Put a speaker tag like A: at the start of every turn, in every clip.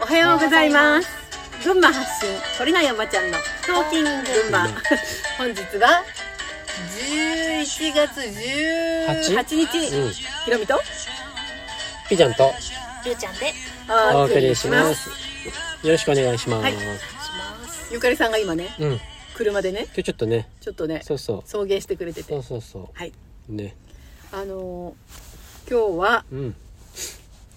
A: おはようございます群馬発信懲りないおばちゃんのトーキング群馬本日は11月18
B: うん
A: 日、ひろみと
B: ピーちゃんと
C: ルーちゃんで
B: お
A: お
B: 送りしますす。よろしくお願いします。
A: はいゆかりさんが今ね
B: うん。今
A: 車でね
B: 日ちょっとね、
A: ちょっとね
B: そうそう。
A: 送迎してくれて
B: そ
A: て
B: うそうそ。
A: はいう
B: ね。
A: あのー今日は
B: うん。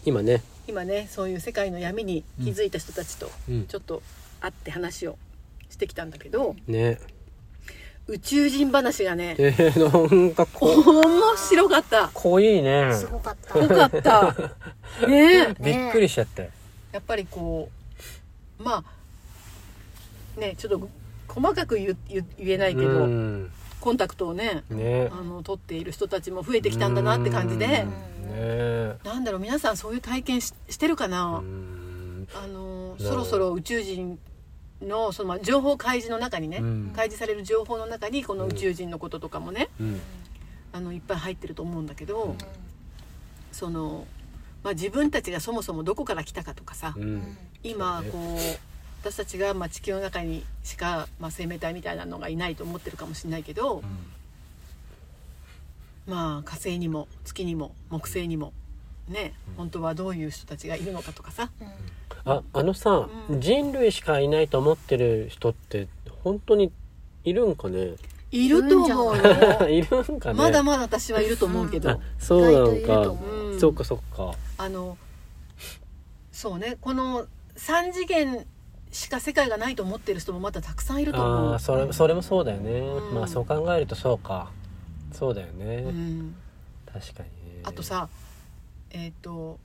B: 今ね。
A: 今ねそういう世界の闇に気づいた人たちと
B: うん
A: ち。ょっと会って話をしてきたんだけど、
B: ね。
A: 宇宙人話がね
B: えー、なんかこ、
A: 面白かった
B: 濃いね。
C: すごかった。
A: よか ったねえ
B: びっくりしちゃったよ。
A: やっぱりこうまあねちょっと細かく言言言えな
B: う
A: いけど、
B: ん。
A: コンタクトをね
B: ね。
A: あの取っている人たちも増えてきたんだなって感じで
B: うんね。
A: なんだろう皆さんそういう体験ししてるか
B: う
A: な、
B: ん。
A: あの
B: なるほど
A: そろそろ宇宙人のそのまあ情報開示の中にね、
B: うん
A: 開示される情報の中にこの宇宙人のこととかもね、
B: うん。
A: あのいっぱい入ってると思うんだけど、その、まあ、自分たちがそもそもどこから来たかとかさ、
B: うん。
A: 今
B: そうね
A: こう私たちがまあ地球の中にしか、まあ、生命体みたいなのがいないと思ってるかもしれないけど、まあ火星にも月にも木星にもね本当はどういう人たちがいるのかとかさ
B: あ、あのさ、
A: うん
B: 人類しかいないと思ってる人って、本当にいるんかね
A: いると思うよ
C: いるんじゃな い
B: いるんかね
A: まだまだ私はいると思うけど、
B: あ、そう
C: 意
B: な
C: 外といると
B: の
C: 思
B: か。
A: う
B: そっかそっか。
A: あのそうねこの3次元しか世界がないと思ってる人もまだたくさんいると思う。
B: ああそれそれもそうだよね、
A: うん
B: まあそう考えるとそうかそうだよね、
A: うん
B: 確かにね
A: あとさえっ、と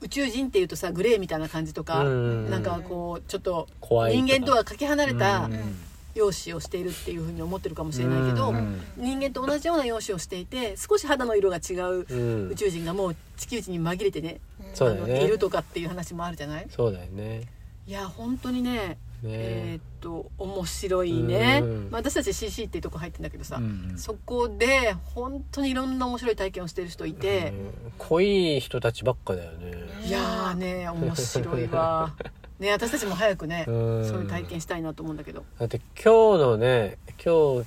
A: 宇宙人っていうとさグレーみたいな感じとか、
B: うん
A: なんかこうちょっと
B: 怖い
A: 人間とはかけ離
B: か
A: れた
B: うん
A: 容姿をしているっていうふうに思ってるかもしれないけど、
B: うん
A: 人間と同じような容姿をしていて少し肌の色が違う
B: うん
A: 宇宙人がもう地球人に紛れてね
B: そうだ
A: あ
B: よ
A: の
B: ね
A: いるとかっていう話もあるじゃない
B: そうだよねね
A: いや本当にね、えーっ
B: え
A: と面白いね、
B: うん
A: まあ私たち CC っていうとこ入ってんだけどさ、
B: うん
A: そこで本当にいろんな面白い体験をしてる人いて、
B: うん濃い人たちばっかだよね
C: うん
A: いやーね面白い わね私たちも早くね、
B: うん
A: そういう体験したいなと思うんだけど、
B: だって今日のね今日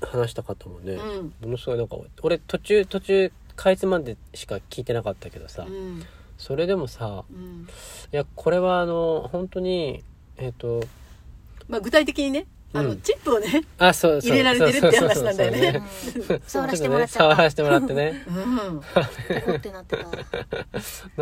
B: 話した方もね、
A: うん
B: ものすごいなんか俺途中途中かいつまんでしか聞いてなかったけどさ、
A: うん
B: それでもさ
A: うん
B: いやこれはあの本当にえっ、と
A: まあ、具体的にねあの、
B: うん
A: チップをね、
B: あそうそう
A: 入れられてるって話
B: そうそうそう
A: なんだよね
B: そう
C: 触らせてもらっちゃ
B: 触
C: っ
B: らせてもらってね
A: うん、
C: た。ポコってなってた。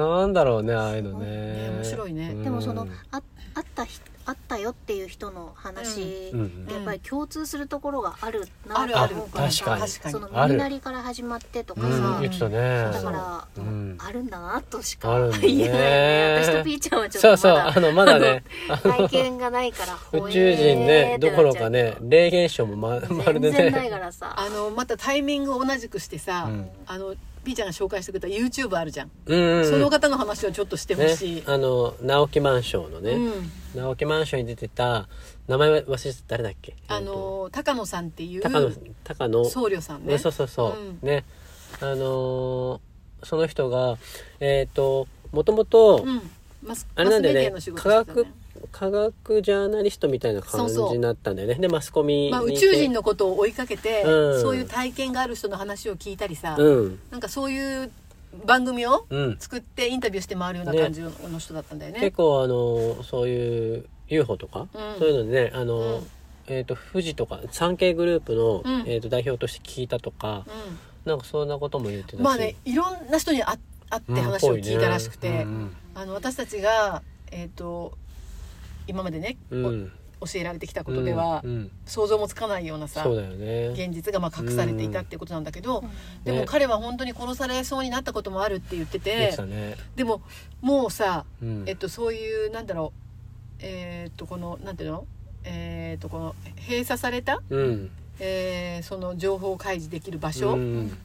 B: なんだろうねああいうのね
A: ね面白いね
B: うん
C: でもそのああったひあったよっていう人の話
B: うんう
C: で
B: ん
C: やっぱり共通するところがあるな
A: あるある
C: と思う
B: 確かに
A: 確
C: さ
A: かに
C: その
B: ある
C: 耳鳴りから始まってとか
B: うん
C: さ
B: 言ってたね
C: だ
A: そう
C: から
B: うん
C: あるんだなとし
B: あ
C: か
B: るんだ
C: 言えな
B: ね
C: いね。私とピーちゃんはち
B: そ
C: ょ
B: う
C: っ
B: そう
C: とま
B: あのまだ ね
C: だ体験がないから
B: 宇
C: ほえー
B: 宙人ね
C: っ
B: ど
C: てなっちゃう
B: ころかね霊現象もままるで
C: 全然ない
B: ね
C: からさ。
A: あのまたタイミングを同じくしてさ、
B: うん
A: あのピーちゃんが紹介してくれた YouTube あるじゃん、
B: うんうんうん
A: その方の話をちょっとしてほしい、
B: ねあの直木マンションの
A: う
B: ね
A: ん、
B: 直木マンションに出てた名前忘れてた誰だっけ
A: あの高野さんって
B: え
A: い
B: っ
A: う
B: と高野高野
A: 僧侶さんね
B: ね、そうそうそう、
A: う
B: ねあのーその人がえっ、ともともと
A: うん、マス
B: あれなんだよね
A: マスメディアの仕事
B: 科
A: してたね
B: 学科学ジャーナリストみたいな感じ
A: そうそう
B: になったんだよねでマスコミにいて、
A: まあ、宇宙人のことを追いかけて、
B: うん
A: そういう体験がある人の話を聞いたりさ、
B: うん
A: なんかそういう番組を
B: うん、
A: 作ってインタビューして回るような感じの人だったんだよね
B: 結構あのーそういう UFO とか、
A: うん
B: そういうのでねあのー
A: うん
B: えー、と富士とか産経グループの、
A: うん
B: えー、と代表として聞いたとか
A: うん
B: なんかそんなことも言ってたし
A: まあねいろんな人にあ会って話を聞いたらしくて、
B: うん
A: あの私たちが、えー、と今までね、
B: ぽいねうんうん
A: お教えられてきたことでは、
B: うんうん
A: 想像もつかないようなさ
B: そうだよね
A: 現実がまあ隠されていたってことなんだけど、で
B: ね
A: も彼は本当に殺されそうになったこともあるって言って
B: 言っててたね、
A: でももうさ、
B: うん
A: えっと、そういうなんだろうえっとこのなんていうのえっとこの閉鎖された、
B: うん
A: えーその情報を開示できる場所、
B: うん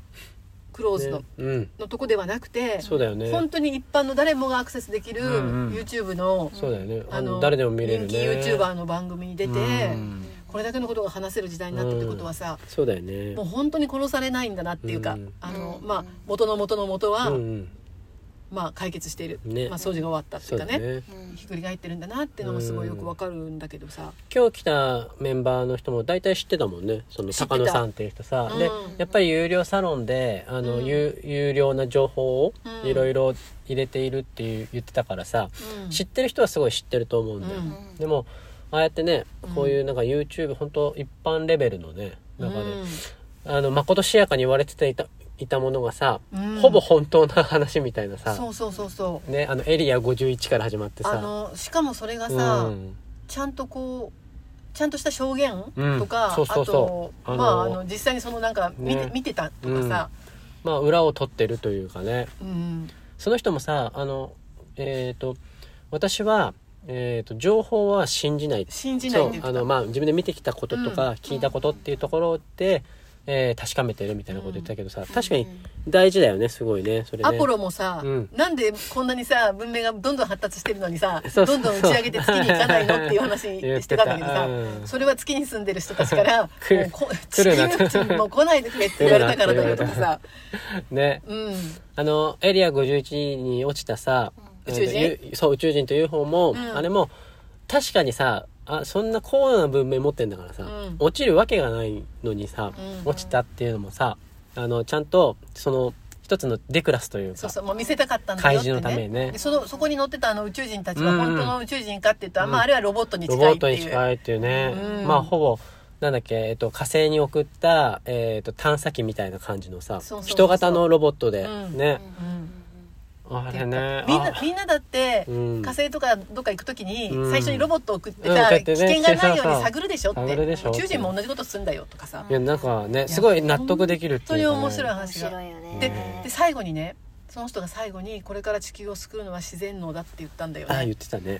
A: クローズの,、
B: ねうん、
A: のとこではなくて
B: そうだよね
A: 本当に一般の誰もがアクセスできる
B: うんうん
A: YouTube の,、
B: そうだよね
A: あ
B: あ
A: の
B: の誰でも見れるね
A: 人気 YouTuber の番組に出て、
B: うん
A: これだけのことが話せる時代になったってことはさ、
B: そうだよね
A: もう本当に殺されないんだなっていうか、
B: うん
A: あの
C: うん
A: まあ元の元の元は、
B: うんうん
A: まあ、解決している、
B: ね
A: まあ、掃除が終わったって
B: そ
A: いううか
B: だ
A: ね
B: ね
C: うん
A: ひっくり返ってるんだなっていうのもすごいよくわかるんだけどさ、
B: 今日来たメンバーの人も大体知ってたもんねその
A: 知ってた
B: 高野さんっていう人さ、
A: うん
B: でやっぱり有料サロンであの、
A: うん
B: 有有料な情報を
A: うん
B: いろいろ入れているっていう言ってたからさ、
A: うん
B: 知ってる人はすごい知ってると思うんだよ、
A: う
B: でもああやってね
A: うん
B: こういうなんか YouTube 本当一般レベルのね中で、
A: うん
B: あのまことしやかに言われていたいたものがさ、
A: うん
B: ほぼ本当な話みたいな
A: そ
B: さ、
A: うそうそうそう
B: ね、あのエリア51から始まって
A: あ
B: さ、
A: のしかもそれが
B: う
A: さ、
B: ん、
A: ちゃんとこうちゃんとした証言
B: うん
A: とか、
B: そうそうそ
A: あと
B: あの
A: まああの実際にそのなんか見て,、
B: ね
A: 見てたとかさ、
B: まあ裏を取ってるというかね
A: うん
B: その人もさあのえっ、と私は、えー、と情報は信じない
A: 信じないって言
B: そ
A: っ
B: う
A: て
B: あの、
A: た
B: まあ、自分で見てきたこと
A: う
B: とか
A: ん
B: 聞いたことっていうところで、えー確かめてるみたいなこと言ってたけどさ、確かに
C: うん
B: 大事だよねすごいねそれね
A: アポロもさ、
B: うん
A: なんでこんなにさ文明がどんどん発達してるのにさ
B: そうそう
A: どんどん打ち上げて月に行かないのっていう話
B: 言っ
A: してて
B: た
A: たんだけどさ、
B: うん
A: それは月に住んでる人たちから「
B: 来る
A: もうこ 地
B: 来るな
A: 球にもう来ないでくれ」って言われたからだよとかさ、
B: ね
A: うん、
B: あのエリア51に落ちたさ、
A: うん宇宙人
B: えーとゆそう宇宙人と UFO も、
A: うん
B: あれも確かにさあそんな高度な文明持ってんだからさ、
A: うん
B: 落ちるわけがないのにさ、
A: うん
B: 落ちたっていうのもさあのちゃんとその一つのデクラスというか
A: そうそうもう見せたかったんだ
B: 開
A: よって、
B: 示
A: ね、
B: のためにね
A: でそのそこに乗ってたあの宇宙人たち
B: う
A: は
B: ん
A: 本当の宇宙人かっていうと、あんまああれはロボットに
B: ロ
A: 近い
B: ボ
A: っ
B: ット
A: て
B: に
A: いう。
B: 近いっていうね、
A: うん
B: まあほぼなんだっけ、えっと、火星に送った、えっと探査機みたいな感じのさ
A: そうそうそう
B: 人型のロボットで、
A: うん
B: ね、
A: うん
B: あれね
A: みん
B: あ
A: なみんなだって
B: うん
A: 火星とかどっか行くときに
B: うん
A: 最初にロボットを送って
B: うん
A: さ、
B: 送って
A: 危
B: ね
A: 険がないよう
B: そうそう
A: に探るでしょって
B: 探るでしょ
A: 宇宙人も同じことするんだよとかさ
B: いやなんかねすごい納得できるっていうか、ね、
A: 本当に面白い
C: 面
A: 話が
C: 白いよね
A: で
B: ね
A: で最後にねその人が最後にこれから地球を救うのは自然能だって言ったんだよ
B: ああ言
A: ね
B: ってたね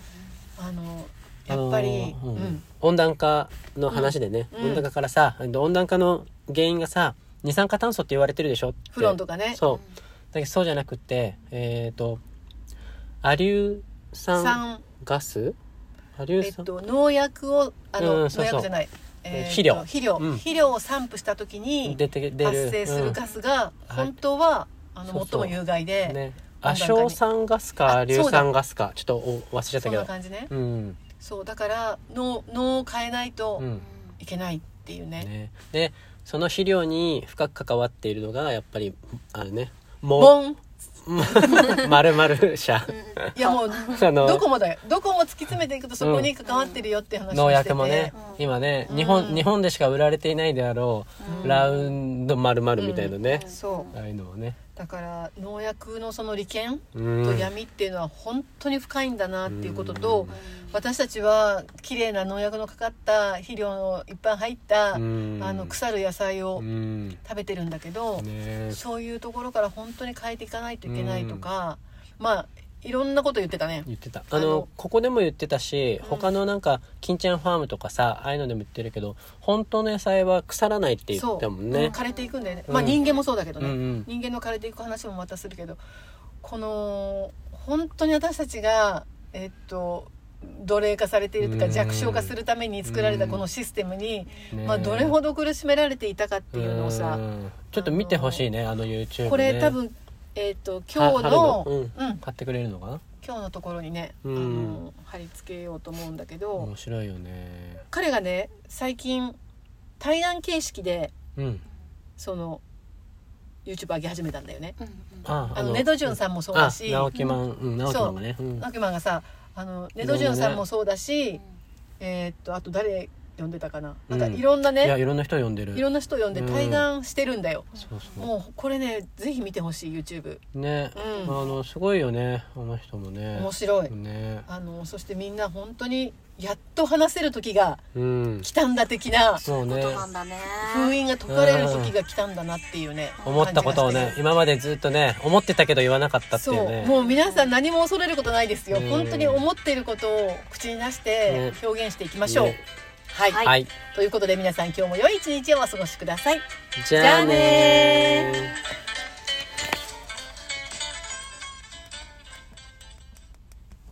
A: あのやっぱり、
B: あのーうん
A: うん
B: 温暖化の話でね、
A: うん
B: 温暖化からさ温暖化の原因がさ二酸化炭素って言われてるでしょって
A: フロンとかね
B: そうだけどそうじゃなくてえっ、とアリュ酸
A: 三
B: ガスアリ
A: え
B: ュ
A: っ
B: 酸、
A: と、農薬をあの、
B: うんそうそう
A: 農薬じゃない、えーと
B: 肥料
A: 肥料、
B: うん
A: 肥料を散布した時に
B: 出て出る
A: 発生するガスが
B: うん
A: 本当は、あ
B: そ
A: の
B: うそう
A: 最も有害
B: う
A: で、
B: んね
A: 暖
B: 亜
A: 化に
B: 硝酸ガスか
A: あ
B: アリュ酸ガスかちょっとお忘れちゃった
A: そん
B: け
A: な
B: ど
A: 感じね、
B: うん、
A: そうだから農農を変えないと
B: うん
A: いけないっていうね,、
B: ね、でその肥料に深く関わっているのがやっぱりあれねも
A: ボン
B: う丸々社
A: いや もう
B: あの
A: どこもだよどこも突き詰めていくとそこに関わってるよって話をしてて
B: 農薬もね、
C: うん
B: 今ね、
A: うん
B: 日本日本でしか売られていないであろう、
A: うん
B: ラウンド丸々みたいなね、
A: そう
B: ああいうのをね、
A: だから農薬のその利権
B: うん
A: と闇っていうのは本当に深いんだなっていうことと、
B: うん
A: 私たちは綺麗な農薬のかかった肥料のいっぱい入った、
B: うん
A: あの腐る野菜
B: う
A: を
B: んね
A: 食べてるんだけど、
B: え
A: そういうところから本当に変えていかないといけないとか、まあいろんなこと言ってたね。
B: 言ってたあの
A: あの
B: ここでも言ってたし、
A: うん
B: 他のなんか金ちゃんファームとかさああいうのでも言ってるけど本当の野菜は腐らないって言ってたもん
A: そう、う
B: ね
A: ん枯れていくんだよね、
B: うん
A: まあ人間もそうだけどね、
B: うんうん
A: 人間の枯れていく話もまたするけどこの本当に私たちがえっと奴隷化されているとか
B: うん
A: 弱小化するために作られたこのシステムに、
B: ねえ
A: まあ、どれほど苦しめられていたかっていうのをさ、
B: うんちょっと見てほしいねあの YouTube ね
A: これ多分、えっと今
B: は
A: 日
B: 春の
A: の
B: うん
A: うん
B: 買ってくれるのかな
A: 今日のところにね、
B: うん
A: あの貼り付けようと思うんだけど、
B: 面白いよね
A: 彼がね最近対談形式で
B: うん
A: その YouTube 上げ始めたんだよね。
B: あ
A: あのネドジュンさんもそうだし
B: あ直木マン、うん、直木マンがね、うん
A: マンがさあのネドジュンさんもそうだし、えーっとあと誰呼んでたかな、
B: うん
A: なんかいろんない
B: や
A: ね
B: いろんな人呼んでる
A: いろんな人呼んで対談してるんだよ、
B: そうそ
A: もうこれねぜひ見てほしい YouTube
B: うね、
A: うん
B: あのすごいよねあの人もね
A: 面白い、
B: ね
A: あのそしてみんな本当にやっと話せる時が
B: うん
A: 来たんだ的な
B: そう
C: こ
B: ね
C: となんだね
A: 封印が解かれる時が来たんだなっていうね、
B: 思ったことを
A: 感じが
B: ね
A: して
B: 今までずっとね思ってたけど言わなかったってい
A: そうう
B: ね
A: もう皆さん何も恐れることないですよ、
B: うん
A: 本当に思っていることを口に出して表現していきましょう、
B: ね
A: はい
C: はい
B: はい
A: ということで皆さん今日も良い一日をお過ごしください。
B: じゃあねー